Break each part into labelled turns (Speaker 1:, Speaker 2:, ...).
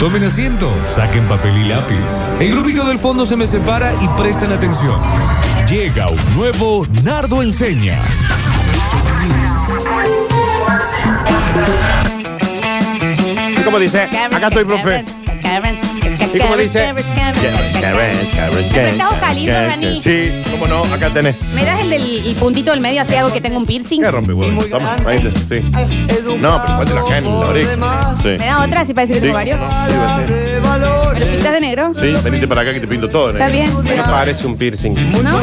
Speaker 1: Tomen asiento, saquen papel y lápiz. El grupito del fondo se me separa y prestan atención. Llega un nuevo Nardo Enseña.
Speaker 2: ¿Y cómo dice?
Speaker 3: Cameron,
Speaker 2: Acá estoy, profe.
Speaker 3: Cameron, Cameron,
Speaker 2: ¿Y cómo dice?
Speaker 3: Cameron, Cameron, Cameron. ¿Me prestás hojalizo, Dani?
Speaker 2: Sí, cómo no, acá tenés.
Speaker 3: ¿Me das el del el puntito del medio así hago que tengo un piercing?
Speaker 2: ¿Qué rompe, huevo? Toma, ahí está, sí.
Speaker 3: Ay,
Speaker 2: No, pero ponte acá en la oreja. Sí.
Speaker 3: ¿Me das otra así parece que
Speaker 2: Sí.
Speaker 3: tengo varios? ¿Me lo pintas de negro?
Speaker 2: Sí, venite para acá que te pinto todo.
Speaker 3: Está
Speaker 2: nene.
Speaker 3: bien.
Speaker 4: No parece un piercing.
Speaker 3: ¿No?
Speaker 2: Ah.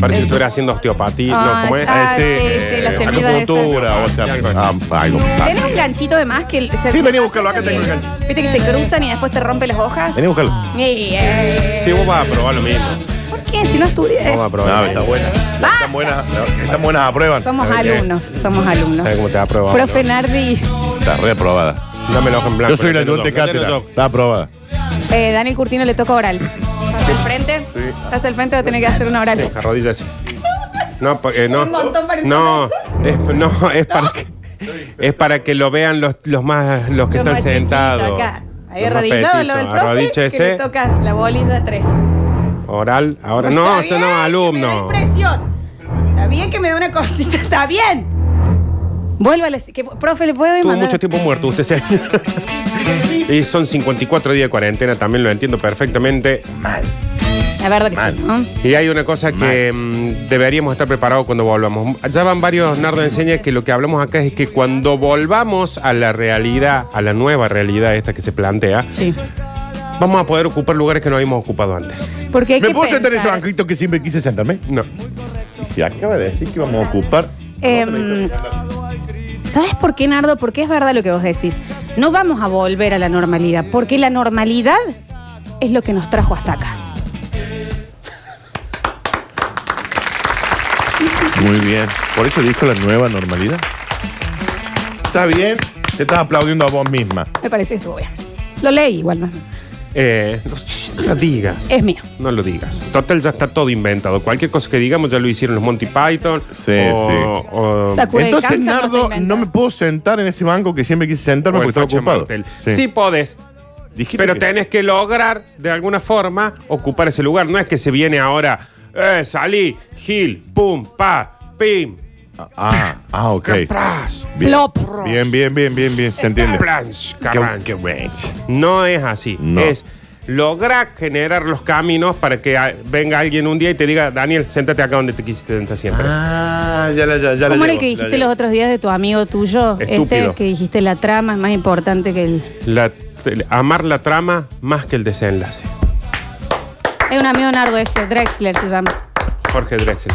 Speaker 4: Parece que estuviera haciendo osteopatía.
Speaker 3: Ah,
Speaker 4: no, ¿cómo es?
Speaker 3: ah,
Speaker 4: Este,
Speaker 3: sí, sí, la
Speaker 4: eh,
Speaker 3: semilla esa.
Speaker 4: acupuntura, o sea, ah, algo.
Speaker 3: ¿Tenés un ganchito de más que el- se-
Speaker 2: Sí, vení a buscarlo, acá
Speaker 3: que-
Speaker 2: tengo el gancho.
Speaker 3: ¿Viste que se cruzan y después te rompe las hojas?
Speaker 2: Vení a buscarlo.
Speaker 3: Bien.
Speaker 4: Sí, vos vas a probar lo mismo.
Speaker 3: ¿Por qué? Si no estudié.
Speaker 4: Vos vas a probar.
Speaker 2: No, está buena.
Speaker 3: Basta.
Speaker 2: Están
Speaker 3: Ah.
Speaker 2: buenas, no, están buenas aprueban.
Speaker 3: Somos
Speaker 2: Está bien.
Speaker 3: alumnos, somos alumnos.
Speaker 4: ¿Sabes cómo te va a probar?
Speaker 3: Profe Nardi,
Speaker 2: Está reprobada.
Speaker 4: No me lo hagan blanco.
Speaker 2: Yo soy el
Speaker 4: no
Speaker 2: ayudante
Speaker 4: te lo toco, no te
Speaker 2: cátedra. Ah,
Speaker 4: lo
Speaker 2: Está aprobada.
Speaker 3: eh, Daniel Curtino le toca oral. ¿Estás al frente?
Speaker 4: Sí.
Speaker 3: ¿Estás al frente? Va a tener que hacer una oral.
Speaker 4: toco. Arrodilla así. No, pa- eh, no.
Speaker 3: Un montón para
Speaker 4: no, es, no, es para que. Es para que lo vean los, los más los que
Speaker 3: Lo
Speaker 4: están
Speaker 3: más chiquito
Speaker 4: sentados.
Speaker 3: Acá. Ahí
Speaker 4: Los más
Speaker 3: arrodillado lo
Speaker 4: petizos.
Speaker 3: del profe,
Speaker 4: Arrodilla
Speaker 3: que le
Speaker 4: ese,
Speaker 3: toca la bolilla 3.
Speaker 4: oral. Ahora no, yo no, alumno.
Speaker 3: impresión. Está bien que me dé una cosita, está bien. Vuélvale, que, profe, ¿le puedo
Speaker 4: Tuvo
Speaker 3: mandar?
Speaker 4: mucho tiempo muerto usted. se- y son 54 días de cuarentena, también lo entiendo perfectamente.
Speaker 3: La verdad que sí, ¿no?
Speaker 4: Y hay una cosa que mm, deberíamos estar preparados cuando volvamos. Ya van varios Nardo enseña que lo que hablamos acá es que cuando volvamos a la realidad, a la nueva realidad esta que se plantea,
Speaker 3: Sí.
Speaker 4: vamos a poder ocupar lugares que no habíamos ocupado antes.
Speaker 3: Porque hay
Speaker 2: ¿Me
Speaker 3: que
Speaker 2: puedo sentar en ese
Speaker 3: pensar,
Speaker 2: banquito que siempre quise sentarme?
Speaker 4: No.
Speaker 2: Y acaba de decir que vamos a ocupar.
Speaker 3: em, ¿Sabes por qué, Nardo? Porque es verdad lo que vos decís. No vamos a volver a la normalidad, porque la normalidad es lo que nos trajo hasta acá.
Speaker 2: Muy bien. Por eso dijo la nueva normalidad. Está bien. Te estás aplaudiendo a vos misma.
Speaker 3: Me pareció que estuvo bien. Lo leí igual, no,
Speaker 4: Eh, no, shh, no lo digas.
Speaker 3: es mío.
Speaker 4: No lo digas. Total, ya está todo inventado. Cualquier cosa que digamos ya lo hicieron los Monty Python.
Speaker 2: Sí,
Speaker 4: o-
Speaker 2: sí.
Speaker 4: o-
Speaker 3: La cu- Cura del
Speaker 2: Entonces,
Speaker 3: cáncer no está
Speaker 2: Nardo,
Speaker 3: inventado.
Speaker 2: no me puedo sentar en ese banco que siempre quise sentarme
Speaker 4: o el
Speaker 2: porque estaba
Speaker 4: Facha
Speaker 2: ocupado.
Speaker 4: Martel. Sí. podés. Pero tenés que lograr, de alguna forma, ocupar ese lugar. No es que se viene ahora, eh, salí, gil, pum, pa, pim,
Speaker 2: Ah, ah, ok.
Speaker 4: pras,
Speaker 2: Bien.
Speaker 3: Plop.
Speaker 2: Bien, bien, bien, bien, bien. Se entiende.
Speaker 4: plans, carran.
Speaker 2: Qué- qué ranch.
Speaker 4: No es así.
Speaker 2: No.
Speaker 4: Es lograr generar los caminos para que ah, venga alguien un día y te diga, Daniel, séntate acá donde te quisiste sentar siempre.
Speaker 2: Ah, ya la, ya, ya la
Speaker 3: ¿Cómo era el
Speaker 2: llevo,
Speaker 3: que
Speaker 2: la
Speaker 3: dijiste
Speaker 2: llevo.
Speaker 3: los otros días de tu amigo tuyo?
Speaker 4: Estúpido.
Speaker 3: Este que dijiste la trama es más importante que el.
Speaker 4: La- el- amar la trama más que el desenlace.
Speaker 3: Hay un amigo Nardo ese, Drexler se llama.
Speaker 4: Jorge Drexel.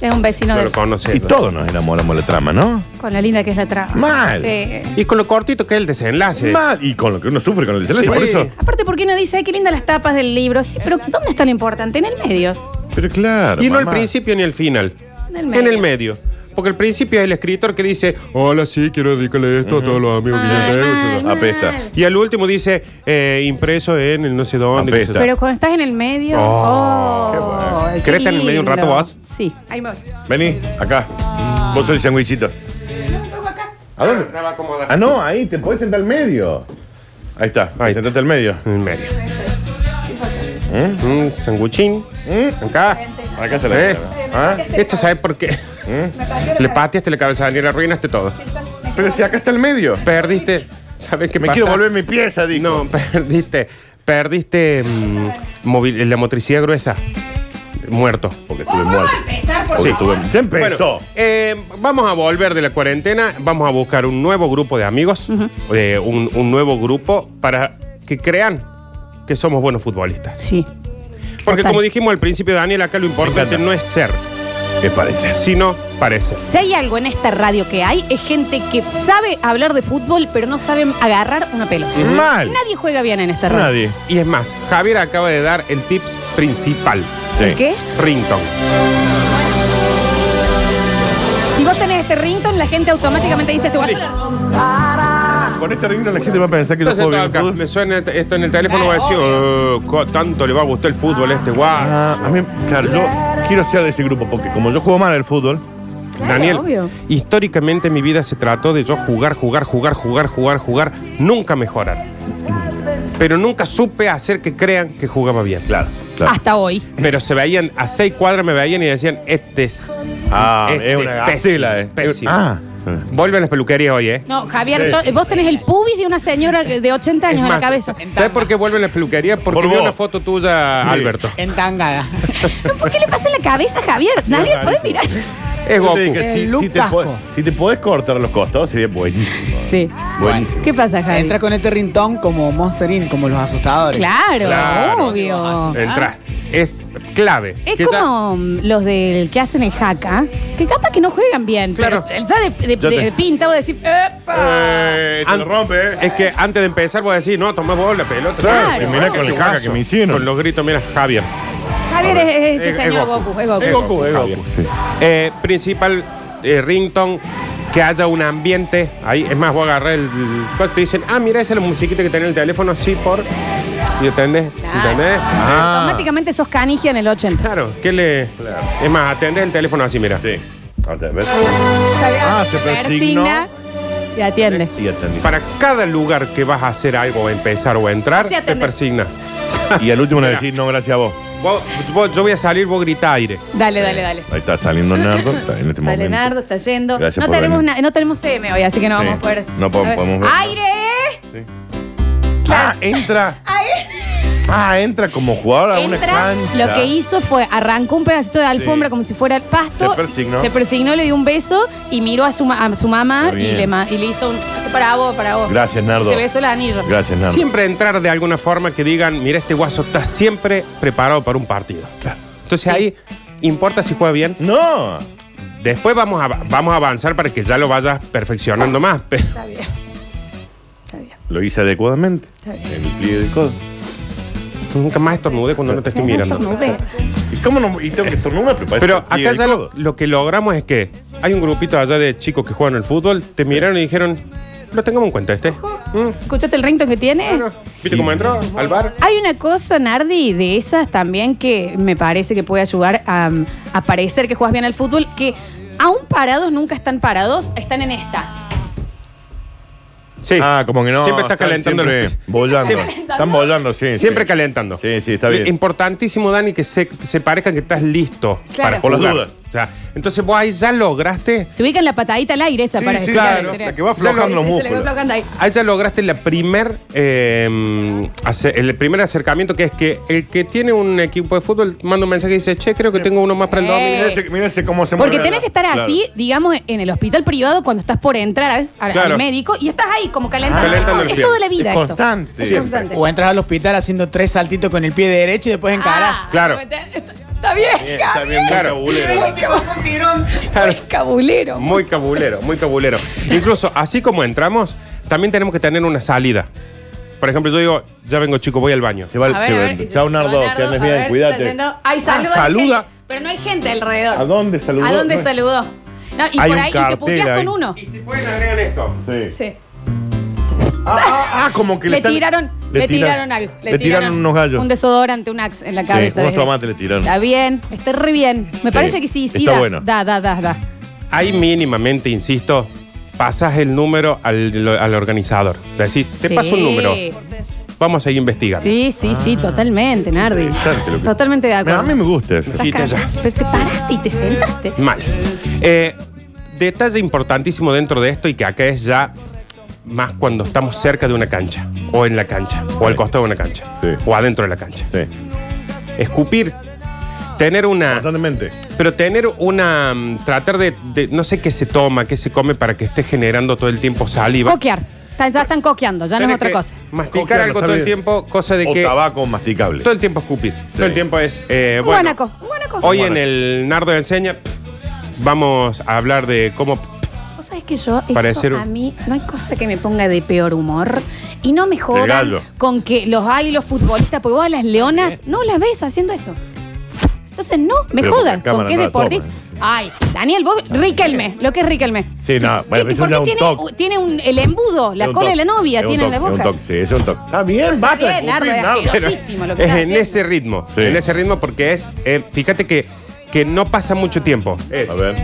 Speaker 3: Es un vecino
Speaker 4: No,
Speaker 3: de
Speaker 4: lo conoces.
Speaker 2: Y todos nos enamoramos de la trama, ¿no?
Speaker 3: con la linda que es la trama.
Speaker 2: Mal.
Speaker 3: Sí.
Speaker 4: Y con lo cortito que es el desenlace.
Speaker 2: Mal. Y con lo que uno sufre con el
Speaker 4: Sí.
Speaker 2: desenlace, por eso.
Speaker 3: Aparte, ¿por qué no dice, ay, qué lindas las tapas del libro? Sí, pero ¿dónde está lo importante? En el medio.
Speaker 2: Pero claro.
Speaker 4: Y no al
Speaker 2: mamá.
Speaker 4: principio ni al final.
Speaker 3: En el medio.
Speaker 4: En el medio. Porque al principio es el escritor que dice, hola, sí, quiero dedicarle esto a todos los amigos que
Speaker 3: Ay,
Speaker 4: yo tengo.
Speaker 3: mal, mal.
Speaker 2: Apesta.
Speaker 4: Y al último dice, eh, impreso en el no sé dónde.
Speaker 2: Apesta.
Speaker 4: qué sé yo.
Speaker 3: Pero cuando estás en el medio.
Speaker 4: Oh,
Speaker 3: Oh,
Speaker 4: qué bueno.
Speaker 3: qué
Speaker 4: ¿Querés estar en el medio un
Speaker 3: lindo.
Speaker 4: rato vos?
Speaker 3: Sí. Ahí me voy.
Speaker 2: Vení, acá. Vos sos el sandwichito. ¿A dónde?
Speaker 4: Ah, la va a acomodar.
Speaker 2: Ah, no, ahí te podés sentar al medio. Ahí está,
Speaker 4: Ahí
Speaker 2: sentate al medio.
Speaker 4: En el medio. ¿Eh? Un sanguchín. Acá.
Speaker 2: Acá está ¿Eh?
Speaker 4: ¿Eh?
Speaker 2: ¿Ah?
Speaker 4: Esto sabe por qué. Le pateaste la cabeza a Daniel, arruinaste todo.
Speaker 2: Pero si acá está el medio.
Speaker 4: Perdiste. ¿Sabes qué
Speaker 2: Me
Speaker 4: pasa?
Speaker 2: quiero volver mi pieza, dijo.
Speaker 4: No, perdiste. Perdiste mm, movi- la motricidad gruesa. Muerto.
Speaker 2: Porque estuve muerto.
Speaker 3: empezar por
Speaker 2: Porque
Speaker 4: Sí.
Speaker 2: estuve muerto. Ya empezó.
Speaker 4: Bueno, eh, vamos a volver de la cuarentena, vamos a buscar un nuevo grupo de amigos, eh, un, un nuevo grupo para que crean que somos buenos futbolistas.
Speaker 3: Sí.
Speaker 4: Porque
Speaker 3: Total.
Speaker 4: como dijimos al principio, Daniel, acá lo importante no es ser,
Speaker 2: ¿Qué parece?
Speaker 4: sino parecer.
Speaker 3: Si hay algo en esta radio que hay, es gente que sabe hablar de fútbol, pero no saben agarrar una pelota.
Speaker 2: Mal.
Speaker 3: Nadie juega bien en esta radio.
Speaker 2: Nadie.
Speaker 4: Y es más, Javier acaba de dar el tips principal,
Speaker 3: ¿El qué?
Speaker 4: Rington.
Speaker 3: Si vos tenés este rington, la gente automáticamente dice, este guapo".
Speaker 2: Con este ritmo la gente va a pensar que yo
Speaker 4: Está
Speaker 2: juego
Speaker 4: sentado
Speaker 2: bien al
Speaker 4: acá,
Speaker 2: fútbol.
Speaker 4: me suena esto en el teléfono, voy a decir, "Oh, co- tanto le va a gustar el fútbol a este guau.
Speaker 2: Ah, a mí, claro, yo quiero ser de ese grupo porque como yo juego mal al fútbol,
Speaker 3: Claro,
Speaker 4: Daniel,
Speaker 3: obvio.
Speaker 4: históricamente mi vida se trató de yo jugar, jugar, jugar, jugar, jugar, jugar, nunca mejorar. pero nunca supe hacer que crean que jugaba bien.
Speaker 2: Claro, claro.
Speaker 3: Hasta hoy.
Speaker 4: Pero se veían, a seis cuadras me veían y decían, este es.
Speaker 2: Ah,
Speaker 4: este
Speaker 2: es una
Speaker 4: pésimo,
Speaker 2: gacela, eh.
Speaker 4: pésimo.
Speaker 2: Ah,
Speaker 4: Vuelve a las peluquerías hoy, ¿eh?
Speaker 3: No, Javier, so- vos tenés el pubis de una señora de 80 años
Speaker 4: Es
Speaker 3: en la
Speaker 4: más,
Speaker 3: cabeza.
Speaker 4: ¿Sabes por qué vuelve a las peluquerías? Porque
Speaker 2: Por
Speaker 4: vi
Speaker 2: vos.
Speaker 4: una foto tuya, Alberto.
Speaker 5: En tangada.
Speaker 3: No, ¿Por qué le pasa en la cabeza, Javier? Nadie puede mirar.
Speaker 4: Es
Speaker 2: Yo
Speaker 4: Goku.
Speaker 2: te dije,
Speaker 3: Eh,
Speaker 5: El
Speaker 2: si-
Speaker 5: look
Speaker 2: si, te
Speaker 5: casco.
Speaker 2: po- si te podés cortar los costados, sería buenísimo.
Speaker 3: Sí.
Speaker 2: Buenísimo.
Speaker 3: ¿Qué pasa, Javier?
Speaker 5: Entra con este rintón como Monster Inc, como los asustadores.
Speaker 3: Claro,
Speaker 4: Claro. Ah,
Speaker 3: obvio.
Speaker 2: Ah.
Speaker 4: Entrás. Es clave.
Speaker 3: Es
Speaker 4: Que ya-
Speaker 3: como mm, los del que hacen el jaca, que capaz que no juegan bien,
Speaker 4: Claro.
Speaker 3: pero ya de, de-
Speaker 2: Yo te-
Speaker 3: de pinta vos decís, ¡epa!
Speaker 2: Eh, te
Speaker 4: Ah. An-
Speaker 2: lo rompe, eh.
Speaker 4: Es que antes de empezar voy a decir, no, tomá vos la pelota.
Speaker 2: Claro.
Speaker 3: Sí,
Speaker 2: mirá con el jaca que me hicieron.
Speaker 4: Con los gritos, mira, Javier.
Speaker 3: Javier es- es ese
Speaker 4: Es- es
Speaker 3: señor
Speaker 4: Goku.
Speaker 3: Goku, es Goku.
Speaker 2: Es Goku, es
Speaker 4: Javier.
Speaker 2: Goku. Sí.
Speaker 4: Eh, principal eh, ringtone, que haya un ambiente. Ahí, es más, voy a agarrar el. el- Te dicen, ah, mira, esa es la musiquita que tenía el teléfono, sí, por. ¿Y entendés?
Speaker 3: Claro.
Speaker 4: ¿Entendés?
Speaker 2: Ah.
Speaker 3: Automáticamente sos canigia en el 80.
Speaker 4: Claro, ¿qué le.? Es más, atendés el teléfono así, mira.
Speaker 2: Sí. Ahorita, ¿ves?
Speaker 3: Ah,
Speaker 2: se persignó.
Speaker 3: y atiende.
Speaker 2: Y atendí.
Speaker 4: Para cada lugar que vas a hacer algo, o empezar o entrar,
Speaker 3: Sí,
Speaker 4: te
Speaker 3: atendés.
Speaker 4: persigna.
Speaker 2: Y al último le
Speaker 4: Mira.
Speaker 2: decís, no, gracias a vos.
Speaker 4: Vos- vos- yo voy a salir, vos grita aire.
Speaker 3: Dale, dale, dale.
Speaker 2: Ahí está saliendo Nardo está en este
Speaker 3: Dale,
Speaker 2: momento.
Speaker 3: Nardo, está yendo.
Speaker 2: Gracias
Speaker 3: no,
Speaker 2: por
Speaker 3: tenemos
Speaker 2: venir.
Speaker 3: na- no tenemos CM hoy, así que no
Speaker 2: Sí,
Speaker 3: vamos a poder.
Speaker 2: no po-
Speaker 3: A ver.
Speaker 2: podemos ver.
Speaker 3: ¡Aire!
Speaker 2: Sí. Ah,
Speaker 3: Claro.
Speaker 2: entra.
Speaker 3: Aire.
Speaker 2: Ah, entra como jugador a una
Speaker 3: Entra,
Speaker 2: cancha.
Speaker 3: lo que hizo fue arrancó un pedacito de alfombra
Speaker 2: Sí.
Speaker 3: como si fuera el pasto.
Speaker 2: Se persignó.
Speaker 3: Se persignó, le dio un beso y miró a su, ma- a su mamá
Speaker 2: Está
Speaker 3: y
Speaker 2: bien.
Speaker 3: le, ma- y le hizo un. Para vos, para vos.
Speaker 2: Gracias, Nardo.
Speaker 3: Y se besó el anillo.
Speaker 2: Gracias, Nardo.
Speaker 4: Siempre entrar de alguna forma que digan, mira, este guaso está siempre preparado para un partido. Entonces ahí importa si juega bien.
Speaker 2: No.
Speaker 4: Después vamos a, vamos a avanzar para que ya lo vayas perfeccionando más. pe-
Speaker 3: Está bien. Está bien.
Speaker 2: Lo hice adecuadamente.
Speaker 3: Está bien.
Speaker 2: En el pliegue del codo.
Speaker 4: Nunca más estornude cuando no te estoy mirando.
Speaker 3: Estornudé.
Speaker 2: ¿Y cómo no? Y tengo que estornudar, pero parece
Speaker 4: Pero
Speaker 2: el pliegue
Speaker 4: acá
Speaker 2: del
Speaker 4: ya lo,
Speaker 2: codo.
Speaker 4: lo que logramos es que hay un grupito allá de chicos que juegan al fútbol, te miraron y dijeron, lo tengamos en cuenta este. Mm,
Speaker 3: ¿Escuchaste el rington que tiene?
Speaker 4: bueno. ¿Viste cómo entró al bar?
Speaker 3: Hay una cosa, Nardi, de esas también que me parece que puede ayudar a, um, a parecer que juegas bien al fútbol, que aún parados nunca están parados, están en esta.
Speaker 4: Sí.
Speaker 2: Ah, como que no.
Speaker 4: Siempre está
Speaker 2: están
Speaker 4: calentando
Speaker 2: siempre
Speaker 4: los pies.
Speaker 2: Bollando.
Speaker 4: Siempre.
Speaker 2: Están bollando, sí.
Speaker 4: Siempre
Speaker 2: sí.
Speaker 4: calentando.
Speaker 2: Sí, sí, está bien.
Speaker 4: Importantísimo, Dani, que se, se parezca que estás listo
Speaker 3: Claro.
Speaker 4: para
Speaker 2: Por las
Speaker 4: jugar.
Speaker 2: dudas.
Speaker 4: O sea, entonces vos ahí ya lograste,
Speaker 3: Se ubican la patadita al aire esa
Speaker 2: Sí,
Speaker 3: para
Speaker 2: sí,
Speaker 3: estirar
Speaker 4: claro,
Speaker 3: el tren.
Speaker 2: la que va
Speaker 3: Ya lo-
Speaker 2: aflojando los
Speaker 3: sí, se le va
Speaker 2: músculos.
Speaker 3: aflojando ahí.
Speaker 4: ahí ya lograste la primer, eh, ace- el primer acercamiento que es que el que tiene un equipo de fútbol manda un mensaje y dice, che, creo que tengo uno más para el
Speaker 3: Eh.
Speaker 4: domingo.
Speaker 2: Mira ese- mira ese cómo se
Speaker 3: Porque
Speaker 2: mueve
Speaker 3: tenés
Speaker 2: la-
Speaker 3: que estar
Speaker 2: Claro.
Speaker 3: así, digamos, en el hospital privado cuando estás por entrar al, al-
Speaker 4: Claro.
Speaker 3: al médico y estás ahí como
Speaker 2: Ah.
Speaker 3: calentando.
Speaker 4: Calentando el
Speaker 3: es
Speaker 4: pie.
Speaker 3: toda la vida
Speaker 2: Es
Speaker 3: esto.
Speaker 2: constante.
Speaker 3: Es
Speaker 2: Siempre.
Speaker 3: constante.
Speaker 5: O entras al hospital haciendo tres saltitos con el pie derecho y después encarás.
Speaker 3: Ah,
Speaker 4: Claro.
Speaker 3: Está bien,
Speaker 2: Bien, Está bien,
Speaker 4: Claro.
Speaker 2: claro. bulero.
Speaker 3: Javier, es cabulero.
Speaker 4: Muy cabulero, muy cabulero. Incluso así como entramos, también tenemos que tener una salida. Por ejemplo, yo digo, ya vengo chico, voy al baño.
Speaker 2: Se va el
Speaker 3: A ver, a ver,
Speaker 2: se va. Chao, Nardo. Que andes bien. Cuídate.
Speaker 3: Ahí saluda.
Speaker 2: Ah,
Speaker 3: a la
Speaker 2: saluda.
Speaker 3: gente, pero no hay gente alrededor.
Speaker 2: ¿A dónde saludó?
Speaker 3: ¿A dónde
Speaker 2: No es-
Speaker 3: saludó? No, y
Speaker 2: Hay
Speaker 3: por
Speaker 2: un
Speaker 3: ahí, y te
Speaker 2: cartel
Speaker 3: puteas
Speaker 2: ahí.
Speaker 3: con uno.
Speaker 4: si pueden agregar esto.
Speaker 2: Sí.
Speaker 3: Sí.
Speaker 2: Ah, ah, ah, como que
Speaker 3: Le,
Speaker 2: le, están-
Speaker 3: tiraron, le,
Speaker 2: tira-
Speaker 3: tiraron algo.
Speaker 2: Le, tiraron, unos gallos.
Speaker 3: Un desodorante, un axe en la
Speaker 2: Sí,
Speaker 3: cabeza.
Speaker 2: unos
Speaker 3: desde-
Speaker 2: tomates le tiraron.
Speaker 3: Está bien, está re bien. Me parece que sí, sí.
Speaker 2: está
Speaker 3: da,
Speaker 2: bueno.
Speaker 3: da, da, da, da.
Speaker 4: Ahí mínimamente, insisto, pasas el número al, lo- al organizador. Decís, te
Speaker 3: Sí.
Speaker 4: paso un número, vamos a ir investigando.
Speaker 3: Sí, sí, sí, totalmente, Nardi.
Speaker 2: Ah. Interesante lo que-
Speaker 3: Totalmente de
Speaker 2: Mira,
Speaker 3: acuerdo.
Speaker 2: a mí me gusta eso.
Speaker 3: Estás
Speaker 4: Quita
Speaker 3: cagado.
Speaker 4: ya.
Speaker 3: Pero te paraste y te sentaste.
Speaker 4: Mal. Eh, detalle importantísimo dentro de esto y que acá es ya más cuando estamos cerca de una cancha, o en la cancha, o al costado de una cancha,
Speaker 2: Sí.
Speaker 4: o adentro de la cancha.
Speaker 2: Sí,
Speaker 4: Escupir, tener
Speaker 3: Ah.
Speaker 4: una...
Speaker 2: constantemente.
Speaker 4: Pero tener una. mm, Tratar de, de- No sé qué se toma, qué se come para que esté generando todo el tiempo saliva.
Speaker 3: Coquear. Está- Ya están coqueando, ya no es
Speaker 4: Tenés
Speaker 3: otra
Speaker 4: que
Speaker 2: eh,
Speaker 3: cosa.
Speaker 4: Masticar
Speaker 2: Coquear,
Speaker 4: algo
Speaker 2: está
Speaker 4: todo el
Speaker 2: bien.
Speaker 4: tiempo, cosa de
Speaker 2: O
Speaker 4: que.
Speaker 2: tabaco masticable.
Speaker 4: Todo el tiempo escupir. Todo el tiempo es. eh,
Speaker 3: Un
Speaker 4: bueno,
Speaker 3: guanaco, un guanaco.
Speaker 4: Hoy en
Speaker 2: Guanaco.
Speaker 4: el Nardo de Enseña vamos a hablar de cómo.
Speaker 3: Vos sabés que yo, eso
Speaker 4: Parecer-
Speaker 3: a mí, no hay cosa que me ponga de peor humor. Y no me jodan
Speaker 2: gallo.
Speaker 3: con que los hay los futbolistas, porque vos a las leonas no las ves haciendo eso. Entonces no, me
Speaker 2: Pero
Speaker 3: jodan
Speaker 2: porque la
Speaker 3: con
Speaker 2: cámara
Speaker 3: que es
Speaker 2: no la toma.
Speaker 3: deportista. Ay, Daniel, vos, Riquelme, lo que es Riquelme.
Speaker 2: Sí, no, bueno,
Speaker 3: ¿Qué-
Speaker 2: eso
Speaker 3: ¿Por
Speaker 2: ya
Speaker 3: qué
Speaker 2: un
Speaker 3: tiene,
Speaker 2: toque.
Speaker 3: tiene un- el embudo, la
Speaker 2: Es un
Speaker 3: cola de la
Speaker 2: toque.
Speaker 3: novia
Speaker 2: Es un
Speaker 3: tiene en la
Speaker 2: toque,
Speaker 3: boca?
Speaker 2: Es un toque, sí, es un toque. Está bien, basta. de
Speaker 3: bien, Eh, Nardo,
Speaker 2: escupir,
Speaker 3: es
Speaker 2: Nardo.
Speaker 3: asqueroso.
Speaker 4: Pero es
Speaker 3: Grosísimo lo que estás
Speaker 4: en
Speaker 3: haciendo.
Speaker 4: ese ritmo.
Speaker 2: Sí.
Speaker 4: En ese ritmo porque es. eh, fíjate que, que no pasa mucho tiempo. Eh, Es-
Speaker 2: A ver.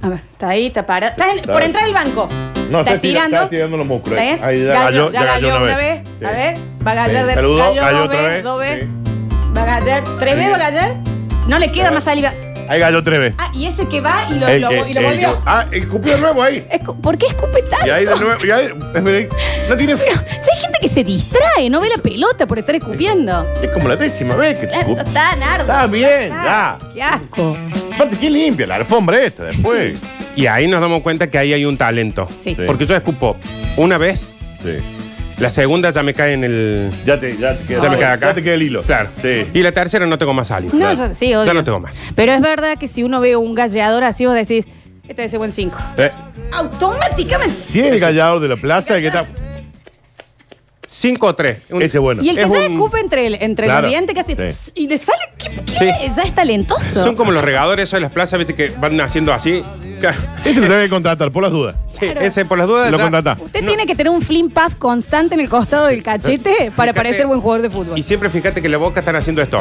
Speaker 3: A ver, está ahí, está parado. Está en- por entrar al banco.
Speaker 2: No,
Speaker 3: está,
Speaker 2: está tira-
Speaker 3: tirando. ¿Eh?
Speaker 2: está tirando los músculos.
Speaker 3: ¿Está bien?
Speaker 2: Ahí ya
Speaker 3: Gallo,
Speaker 2: galló- ya galló una vez. Sí.
Speaker 3: A ver, va a gallar
Speaker 2: Sí.
Speaker 3: de
Speaker 2: Saludo,
Speaker 3: gallo
Speaker 2: gallo
Speaker 3: dos
Speaker 2: otra
Speaker 3: veces,
Speaker 2: vez.
Speaker 3: dos veces.
Speaker 2: Sí.
Speaker 3: Va a gallar, tres
Speaker 2: Sí.
Speaker 3: veces va a gallar. No le queda
Speaker 2: A ver.
Speaker 3: más saliva.
Speaker 2: Ahí gallo tres veces.
Speaker 3: Ah, y ese que va y lo,
Speaker 2: El
Speaker 3: lo-
Speaker 2: que-
Speaker 3: y lo
Speaker 2: el
Speaker 3: volvió.
Speaker 2: que- Ah, y escupió de nuevo ahí.
Speaker 3: Escu- ¿Por qué escupe tanto?
Speaker 2: Y ahí de nuevo. Y ahí, es verdad, no tiene.
Speaker 3: Ya hay gente que se distrae, no ve la pelota por estar escupiendo.
Speaker 2: Es como la décima vez que te
Speaker 3: Claro,
Speaker 2: escupe.
Speaker 3: ya Está, Nardo.
Speaker 2: Está bien,
Speaker 3: Ah,
Speaker 2: ya.
Speaker 3: Qué asco.
Speaker 2: Aparte, ¿quién limpia la alfombra esta después?
Speaker 4: Y ahí nos damos cuenta que ahí hay un talento.
Speaker 3: Sí.
Speaker 2: Sí.
Speaker 4: Porque yo escupo una vez,
Speaker 2: Sí.
Speaker 4: la segunda ya me cae en el.
Speaker 2: Ya te, ya te queda,
Speaker 4: Ya me queda acá.
Speaker 2: Ya te queda el hilo.
Speaker 4: Claro.
Speaker 2: Sí.
Speaker 4: Y la tercera no tengo más saliva.
Speaker 3: No,
Speaker 2: Claro.
Speaker 3: yo- sí, obvio.
Speaker 4: Ya no tengo más.
Speaker 3: Pero es verdad que si uno ve un galleador así, vos decís, este es buen 5.
Speaker 2: Eh,
Speaker 3: Automáticamente.
Speaker 2: si es el gallador de la plaza, el que está.
Speaker 4: Cinco o tres. Un-
Speaker 2: Ese bueno.
Speaker 3: Y el que
Speaker 4: Es
Speaker 3: se
Speaker 4: un-
Speaker 3: escupe entre el, entre
Speaker 2: Claro,
Speaker 3: el diente casi.
Speaker 2: sí.
Speaker 3: Y le sale. ¿qué, qué?
Speaker 4: Sí.
Speaker 3: Ya es talentoso.
Speaker 4: Son como los regadores esos de las plazas, viste, que van haciendo así. Claro.
Speaker 2: Ese lo tenés que contratar, por las dudas.
Speaker 4: Sí, ese por las dudas.
Speaker 2: Lo
Speaker 4: ya-
Speaker 2: contratás.
Speaker 3: Usted tiene que tener un flim puff constante en el costado del cachete para parecer buen jugador de fútbol.
Speaker 4: Y siempre fíjate que la boca están haciendo esto.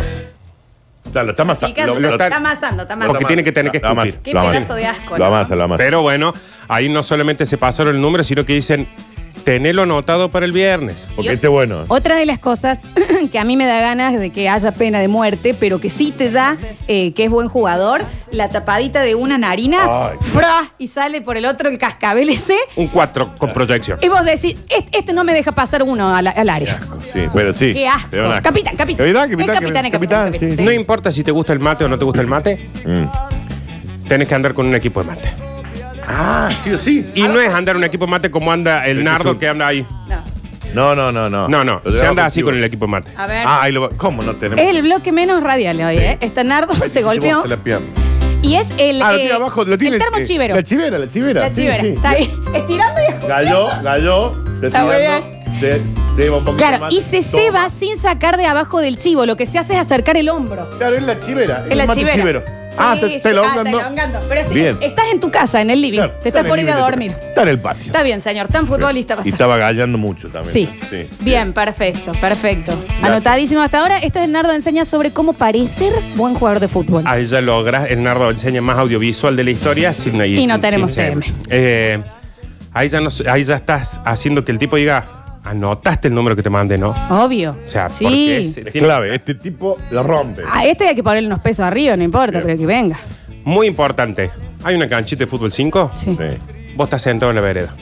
Speaker 2: Está- lo está amasa-
Speaker 3: Picante,
Speaker 2: lo-
Speaker 4: lo
Speaker 3: está,
Speaker 4: está-
Speaker 3: amasando, está
Speaker 4: Porque
Speaker 3: amasando.
Speaker 4: tiene que tener que
Speaker 2: Lo amasa,
Speaker 4: escupir.
Speaker 3: Qué
Speaker 2: lo amasa.
Speaker 3: pedazo de asco,
Speaker 2: Lo
Speaker 3: ¿no?
Speaker 2: amasa, lo amasa.
Speaker 4: Pero bueno, ahí no solamente se pasaron el número, sino que dicen, tenelo anotado para el viernes.
Speaker 2: Porque este es bueno.
Speaker 3: Otra de las cosas que a mí me da ganas de que haya pena de muerte, pero que sí te da eh, que es buen jugador, la tapadita de una narina,
Speaker 2: Ay.
Speaker 3: fra, y sale por el otro el cascabel ese,
Speaker 4: Un 4 con proyección.
Speaker 3: y vos decís, este, este no me deja pasar uno al, al área.
Speaker 2: Sí, bueno, sí.
Speaker 3: Qué asco.
Speaker 2: Te da un asco.
Speaker 3: Capitán, capitán.
Speaker 2: Capitán,
Speaker 3: El
Speaker 2: capitán.
Speaker 3: capitán, el capitán, el capitán.
Speaker 2: sí,
Speaker 4: No importa si te gusta el mate o no te gusta el mate,
Speaker 2: sí. Mm.
Speaker 4: tenés que andar con un equipo de mate.
Speaker 2: Ah, sí o sí.
Speaker 4: Y no es andar un equipo de mate como anda el
Speaker 2: que Ah,
Speaker 4: nardo
Speaker 2: su-
Speaker 4: que anda ahí.
Speaker 3: No.
Speaker 2: No, no, no, no.
Speaker 4: No, no,
Speaker 2: Lo
Speaker 4: se
Speaker 2: tenemos
Speaker 4: anda así
Speaker 2: contigo.
Speaker 4: con el equipo de mate.
Speaker 3: A ver.
Speaker 2: Ah, ahí lo va- ¿Cómo no tenemos?
Speaker 3: Es el bloque menos radial hoy, ¿eh? Está Nardo, se golpeó.
Speaker 2: La pierna.
Speaker 3: Y es el.
Speaker 2: Ah, lo
Speaker 3: eh,
Speaker 2: tiene abajo, lo tiene.
Speaker 3: el termo
Speaker 2: eh,
Speaker 3: chivero.
Speaker 2: La chivera, la chivera.
Speaker 3: La
Speaker 2: sí,
Speaker 3: chivera.
Speaker 2: sí.
Speaker 3: Está ahí. Estirando y.
Speaker 2: Galló, galló. te
Speaker 3: Está muy
Speaker 2: tirando, Se se va un poquito
Speaker 3: Claro,
Speaker 2: más,
Speaker 3: y se
Speaker 2: toma.
Speaker 3: ceba sin sacar de abajo del chivo. Lo que se hace es acercar el hombro.
Speaker 2: Claro, es la chivera.
Speaker 3: Es la
Speaker 2: el mate
Speaker 3: chivera.
Speaker 2: chivero.
Speaker 3: Sí,
Speaker 2: Ah, te,
Speaker 3: sí,
Speaker 2: te lo
Speaker 3: ah,
Speaker 2: ahogando.
Speaker 3: ahogando. Pero así
Speaker 2: Bien.
Speaker 3: que estás en tu casa, en el living.
Speaker 2: Claro,
Speaker 3: te estás
Speaker 2: en
Speaker 3: por
Speaker 2: el
Speaker 3: ir a
Speaker 2: nivel de-
Speaker 3: dormir.
Speaker 2: Está en el patio.
Speaker 3: Está bien, señor. Tan futbolista vas
Speaker 2: Y
Speaker 3: a ser.
Speaker 2: estaba gallando mucho también.
Speaker 3: Sí. Bien, perfecto, perfecto. Anotadísimo hasta ahora. Esto es Nardo Enseña sobre cómo parecer buen jugador de fútbol.
Speaker 2: Ah.
Speaker 4: Ahí ya logras, el nardo enseña más audiovisual de la historia sin ahí-
Speaker 3: Y no tenemos
Speaker 4: sin ser.
Speaker 3: CM.
Speaker 4: Eh, ahí, ya no, ahí ya estás haciendo que el tipo diga, anotaste el número que te mandé, ¿no?
Speaker 3: Obvio.
Speaker 4: O sea,
Speaker 3: sí.
Speaker 4: porque es-
Speaker 2: Es
Speaker 4: tiene-
Speaker 2: clave, este tipo la rompe.
Speaker 3: A este hay que ponerle unos pesos arriba, no importa,
Speaker 2: Bien.
Speaker 3: pero que venga.
Speaker 4: Muy importante. Hay una canchita de fútbol 5.
Speaker 3: Sí.
Speaker 2: Sí.
Speaker 4: Vos estás sentado en la vereda.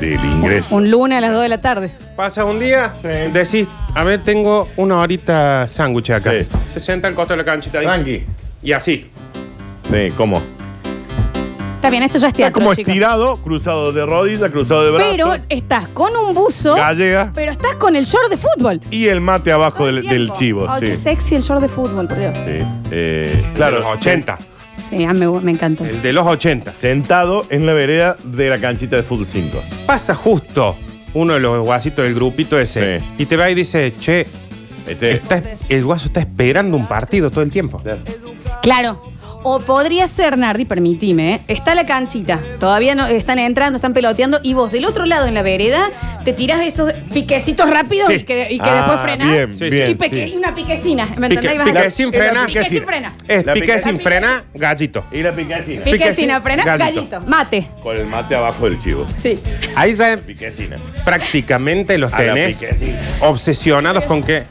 Speaker 2: Del ingreso.
Speaker 3: Un lunes a las 2 de la tarde.
Speaker 4: Pasa un día,
Speaker 2: Sí.
Speaker 4: decís, a ver, tengo una horita sándwich acá.
Speaker 2: Sí.
Speaker 4: Te senta al costo de la canchita ahí.
Speaker 2: Tranqui.
Speaker 4: Y así.
Speaker 2: Sí, ¿cómo?
Speaker 3: Está bien, esto ya es
Speaker 2: Está
Speaker 3: teatro,
Speaker 2: como
Speaker 3: chicos.
Speaker 2: estirado, cruzado de rodillas, cruzado de brazos.
Speaker 3: Pero estás con un buzo,
Speaker 2: gallega
Speaker 3: pero estás con el short de fútbol.
Speaker 2: y el mate abajo
Speaker 3: Todo el
Speaker 2: del, del
Speaker 3: tiempo. Ah,
Speaker 2: chivo.
Speaker 3: Ay,
Speaker 2: sí.
Speaker 3: qué sexy el short de fútbol, por Dios.
Speaker 2: Sí. Eh, claro,
Speaker 4: El de los 80.
Speaker 3: Sí, ah, me, me encanta.
Speaker 4: El de los 80.
Speaker 2: Sentado en la vereda de la canchita de fútbol 5.
Speaker 4: Pasa justo uno de los guasitos del grupito ese.
Speaker 2: Sí.
Speaker 4: Y te va y dice, che,
Speaker 2: Este,
Speaker 4: está es- el guaso está esperando un partido todo el tiempo.
Speaker 3: Claro. O podría ser, Nardi, permitime, ¿eh? está la canchita, todavía no están entrando, están peloteando, y vos del otro lado en la vereda te tirás esos piquecitos rápidos
Speaker 4: Sí.
Speaker 3: y que, y que
Speaker 2: Ah,
Speaker 3: después frenás.
Speaker 2: Bien,
Speaker 4: Sí, sí.
Speaker 3: Y,
Speaker 2: bien.
Speaker 3: pe- y una piquecina, ¿me
Speaker 4: Pique-
Speaker 3: entendés? Y vas
Speaker 4: pique
Speaker 3: a-
Speaker 4: sin
Speaker 3: Pique
Speaker 4: frena.
Speaker 3: sin frena.
Speaker 4: Es
Speaker 2: La
Speaker 4: pique
Speaker 2: piquecina.
Speaker 4: sin frena, gallito.
Speaker 2: Y la picacina.
Speaker 4: Pique
Speaker 3: Piquecina,
Speaker 4: sin-
Speaker 3: frena,
Speaker 4: gallito.
Speaker 3: gallito, mate.
Speaker 2: Con el mate abajo del chivo.
Speaker 3: Sí.
Speaker 4: Ahí ya
Speaker 2: Picacina.
Speaker 4: prácticamente los
Speaker 2: A la
Speaker 4: tenés
Speaker 2: piquecina.
Speaker 4: obsesionados con que...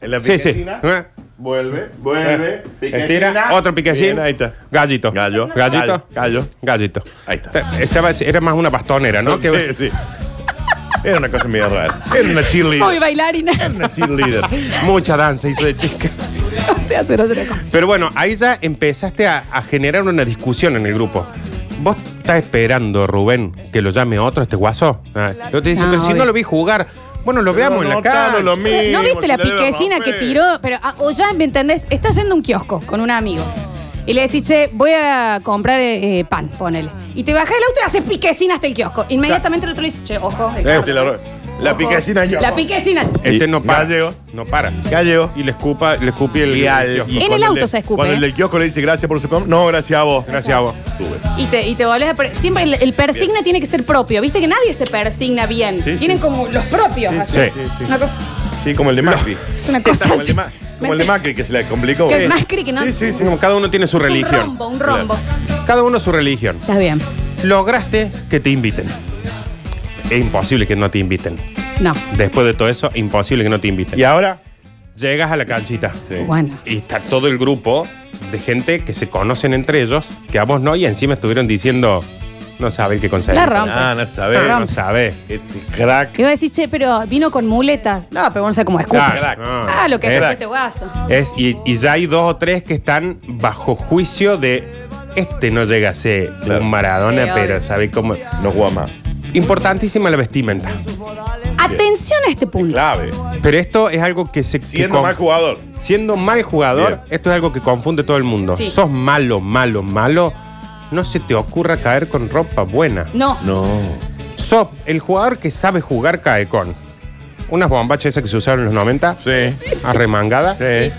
Speaker 2: En la
Speaker 4: Sí, sí.
Speaker 2: picacina.
Speaker 4: ¿Eh?
Speaker 2: Vuelve, vuelve. Picacina.
Speaker 4: Estira, otro piquecín.
Speaker 2: Bien, ahí está.
Speaker 4: Gallito.
Speaker 2: Gallo.
Speaker 4: Gallito.
Speaker 2: Gallo.
Speaker 4: Gallito.
Speaker 2: Ahí está.
Speaker 4: Estaba- era más una bastonera, ¿no? Que-
Speaker 2: Sí, sí. Era una cosa medio rara. Era una
Speaker 3: Muy
Speaker 2: cheerleader.
Speaker 3: bailarina.
Speaker 2: Era una cheerleader.
Speaker 4: Mucha danza hizo de chica.
Speaker 3: No sé hacer otra cosa.
Speaker 4: Pero bueno, ahí ya empezaste a, a generar una discusión en el grupo. ¿Vos estás esperando, Rubén, que lo llame otro este guaso? Ah, Yo te dice,
Speaker 3: No,
Speaker 4: pero si
Speaker 3: obvio.
Speaker 4: no lo vi jugar. Bueno, lo veamos en la
Speaker 2: Anotaron
Speaker 4: cara.
Speaker 2: lo mismo,
Speaker 3: ¿No viste la
Speaker 2: se le debe
Speaker 3: piquecina que
Speaker 2: romper.
Speaker 3: tiró? Pero, ah, o ya, ¿me entendés? Estás yendo a un kiosco con un amigo. Y le decís, che, voy a comprar eh, eh, pan, ponele. Y te bajas el auto y haces piquecina hasta el kiosco. Inmediatamente el otro le dice, che, ojo. el
Speaker 2: Eh,
Speaker 3: carro.
Speaker 2: te la- la
Speaker 3: Ojo.
Speaker 2: piquecina yo.
Speaker 3: La piquecina.
Speaker 4: Este no para.
Speaker 2: Gallego.
Speaker 4: No para.
Speaker 2: Gallego.
Speaker 4: Y le escupa, le escupí el.
Speaker 2: Y al-
Speaker 4: kiosco.
Speaker 2: y
Speaker 3: En
Speaker 2: cuando
Speaker 3: el auto
Speaker 2: de-
Speaker 3: se escupe,
Speaker 2: Cuando
Speaker 3: ¿eh?
Speaker 2: el del kiosco le dice gracias por su compra. No, gracias a vos.
Speaker 4: Gracias a vos.
Speaker 2: Sube.
Speaker 3: Y te, y te volvés a... per- Siempre el, el persigna tiene que ser propio. Viste que nadie se persigna bien.
Speaker 2: Sí,
Speaker 3: Tienen
Speaker 2: sí.
Speaker 3: como los propios.
Speaker 2: Sí,
Speaker 3: así.
Speaker 4: sí,
Speaker 2: sí, sí.
Speaker 3: Una co-
Speaker 2: Sí, como el de Macri.
Speaker 3: es una cosa
Speaker 2: Como el
Speaker 3: así.
Speaker 2: de, Ma- como el de Macri que se le complicó.
Speaker 3: Que el Macri que no-
Speaker 2: Sí, sí, sí.
Speaker 4: Como cada uno tiene su
Speaker 3: Es
Speaker 4: religión.
Speaker 3: Un rombo, un rombo.
Speaker 4: Cada uno su religión.
Speaker 3: Está bien.
Speaker 4: Lograste que te inviten. es imposible que no te inviten.
Speaker 3: No.
Speaker 4: Después de todo eso, imposible que no te inviten.
Speaker 2: Y ahora,
Speaker 4: Llegas a la canchita.
Speaker 3: Bueno.
Speaker 4: Y está todo el grupo de gente que se conocen entre ellos, que a vos no, y encima estuvieron diciendo, no saben qué conseguir.
Speaker 3: La rompe.
Speaker 2: ah, no sabés.
Speaker 3: La
Speaker 4: No
Speaker 3: rompe.
Speaker 4: sabe.
Speaker 2: Este crack.
Speaker 3: Iba a decir, che, pero vino con muletas. No, pero no sé cómo escupe.
Speaker 4: Claro.
Speaker 2: Crack.
Speaker 4: No.
Speaker 3: Ah, lo que
Speaker 4: Es-
Speaker 3: es este guaso.
Speaker 4: es, y, y ya hay dos o tres que están bajo juicio de este no llega a ser
Speaker 2: Claro.
Speaker 4: un Maradona,
Speaker 3: Sí, obvio.
Speaker 4: pero sabe cómo.
Speaker 2: No juega más.
Speaker 4: Importantísima la vestimenta.
Speaker 3: Atención a este punto.
Speaker 2: Clave.
Speaker 4: Pero esto es algo que se. que
Speaker 2: Siendo
Speaker 4: con-
Speaker 2: mal jugador.
Speaker 4: Siendo mal jugador,
Speaker 2: Bien.
Speaker 4: esto es algo que confunde todo el mundo.
Speaker 3: Sí.
Speaker 4: Sos malo, malo, malo. No se te ocurra caer con ropa buena.
Speaker 3: No.
Speaker 2: No.
Speaker 4: Sos el jugador que sabe jugar cae con unas bombachas esas que se usaron en los 90,
Speaker 2: Sí.
Speaker 4: arremangadas,
Speaker 2: Sí.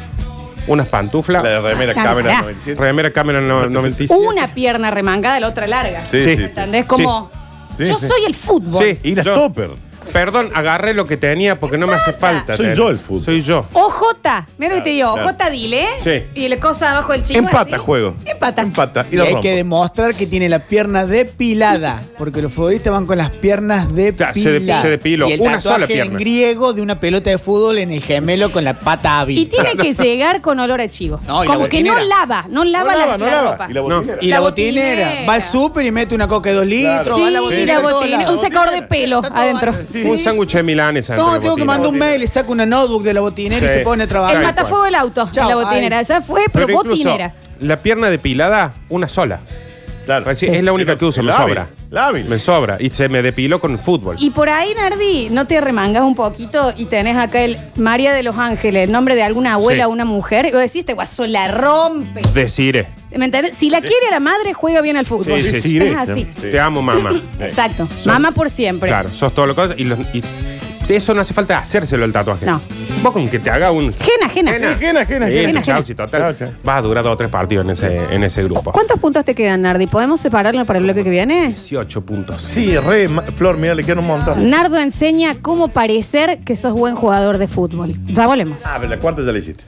Speaker 4: unas pantuflas,
Speaker 2: La de remera
Speaker 3: Ah,
Speaker 2: cámara
Speaker 3: pará.
Speaker 2: 97.
Speaker 4: remera Cameron no- 97.
Speaker 3: Una pierna remangada, la otra larga.
Speaker 2: Sí,
Speaker 4: Sí.
Speaker 2: sí, sí.
Speaker 3: ¿Entendés? Como.
Speaker 2: Sí,
Speaker 3: yo
Speaker 2: sí.
Speaker 3: soy el fútbol.
Speaker 4: Sí.
Speaker 2: Y las
Speaker 4: Yo-
Speaker 2: topper.
Speaker 4: Perdón, agarré lo que tenía porque no me hace falta.
Speaker 2: Soy
Speaker 4: tener.
Speaker 2: yo el fútbol.
Speaker 4: Soy yo.
Speaker 3: OJ, mira lo que te digo,
Speaker 2: Claro.
Speaker 3: OJ dile
Speaker 4: Sí.
Speaker 3: y la cosa abajo del chico.
Speaker 2: Empata
Speaker 3: así.
Speaker 2: juego.
Speaker 3: Empata.
Speaker 2: Empata. Y
Speaker 5: Y
Speaker 2: la
Speaker 5: hay
Speaker 2: rompo.
Speaker 5: que demostrar que tiene la pierna depilada, porque los futbolistas van con las piernas depiladas.
Speaker 4: Claro, se depi- se depiló.
Speaker 5: Y el
Speaker 4: Una
Speaker 5: tatuaje
Speaker 4: sola pierna.
Speaker 5: en griego de una pelota de fútbol en el gemelo con la pata hábil.
Speaker 3: Y tiene que llegar con olor a chivo.
Speaker 5: No, y la
Speaker 3: Como que no
Speaker 5: botinera.
Speaker 3: lava, no lava,
Speaker 2: No
Speaker 3: la,
Speaker 2: lava, no
Speaker 3: la
Speaker 2: lava.
Speaker 3: ropa.
Speaker 2: Y la botinera.
Speaker 5: Y la,
Speaker 3: La
Speaker 5: botinera.
Speaker 3: botinera.
Speaker 5: Va al súper y mete una coca de dos litros.
Speaker 2: Claro.
Speaker 5: va a
Speaker 3: Sí,
Speaker 5: la botinera.
Speaker 3: la
Speaker 5: a todos
Speaker 3: botinera,
Speaker 5: lados.
Speaker 3: un sacador de pelo
Speaker 5: Está todo
Speaker 3: adentro.
Speaker 5: mal.
Speaker 3: Sí.
Speaker 4: Un sándwich de milanes.
Speaker 5: No,
Speaker 4: Andrés
Speaker 5: tengo que
Speaker 4: Botín.
Speaker 5: mandar un mail, le saco una notebook de la botinera y
Speaker 4: Sí.
Speaker 5: se pone a
Speaker 4: Tal
Speaker 5: trabajar.
Speaker 3: El
Speaker 4: cual.
Speaker 3: matafuego del auto,
Speaker 5: Chao,
Speaker 3: la botinera.
Speaker 5: ay.
Speaker 3: Ya fue, pero,
Speaker 4: Pero incluso
Speaker 3: botinera.
Speaker 4: La pierna depilada, una sola.
Speaker 2: Claro.
Speaker 4: Así, Es la única que uso, me
Speaker 2: El hábil.
Speaker 4: sobra.
Speaker 2: El hábil.
Speaker 4: Me sobra. Y se me depiló con el fútbol.
Speaker 3: Y por ahí, Nardi, no te remangas un poquito y tenés acá el María de los Ángeles, el nombre de alguna
Speaker 4: Sí.
Speaker 3: abuela o una mujer. Y vos decís, este guaso la rompe.
Speaker 4: Deciré.
Speaker 3: ¿Me entendés? Si la quiere la madre, juega bien al fútbol.
Speaker 4: Sí, sí,
Speaker 2: sí.
Speaker 3: Es así.
Speaker 2: Sí.
Speaker 4: Te amo, mamá.
Speaker 3: Exacto. Mamá por siempre.
Speaker 4: Claro, sos todo lo que... Y, los- y de eso no hace falta hacérselo el tatuaje.
Speaker 3: No.
Speaker 4: Vos con que te haga un...
Speaker 3: Gena, Gena.
Speaker 4: Jena,
Speaker 2: ajena, ajena, ajena.
Speaker 4: Chau, sí, total.
Speaker 2: Chau, chau.
Speaker 4: Vas a durar dos o tres partidos en ese, en ese grupo.
Speaker 3: ¿Cuántos puntos te quedan, Nardi? ¿Podemos separarlo para el bloque que viene?
Speaker 4: 18 puntos.
Speaker 2: Sí, re. ma- Flor, mira, le queda un montón.
Speaker 3: Nardo enseña cómo parecer que sos buen jugador de fútbol. Ya volvemos.
Speaker 2: Ah, pero la cuarta ya la hiciste.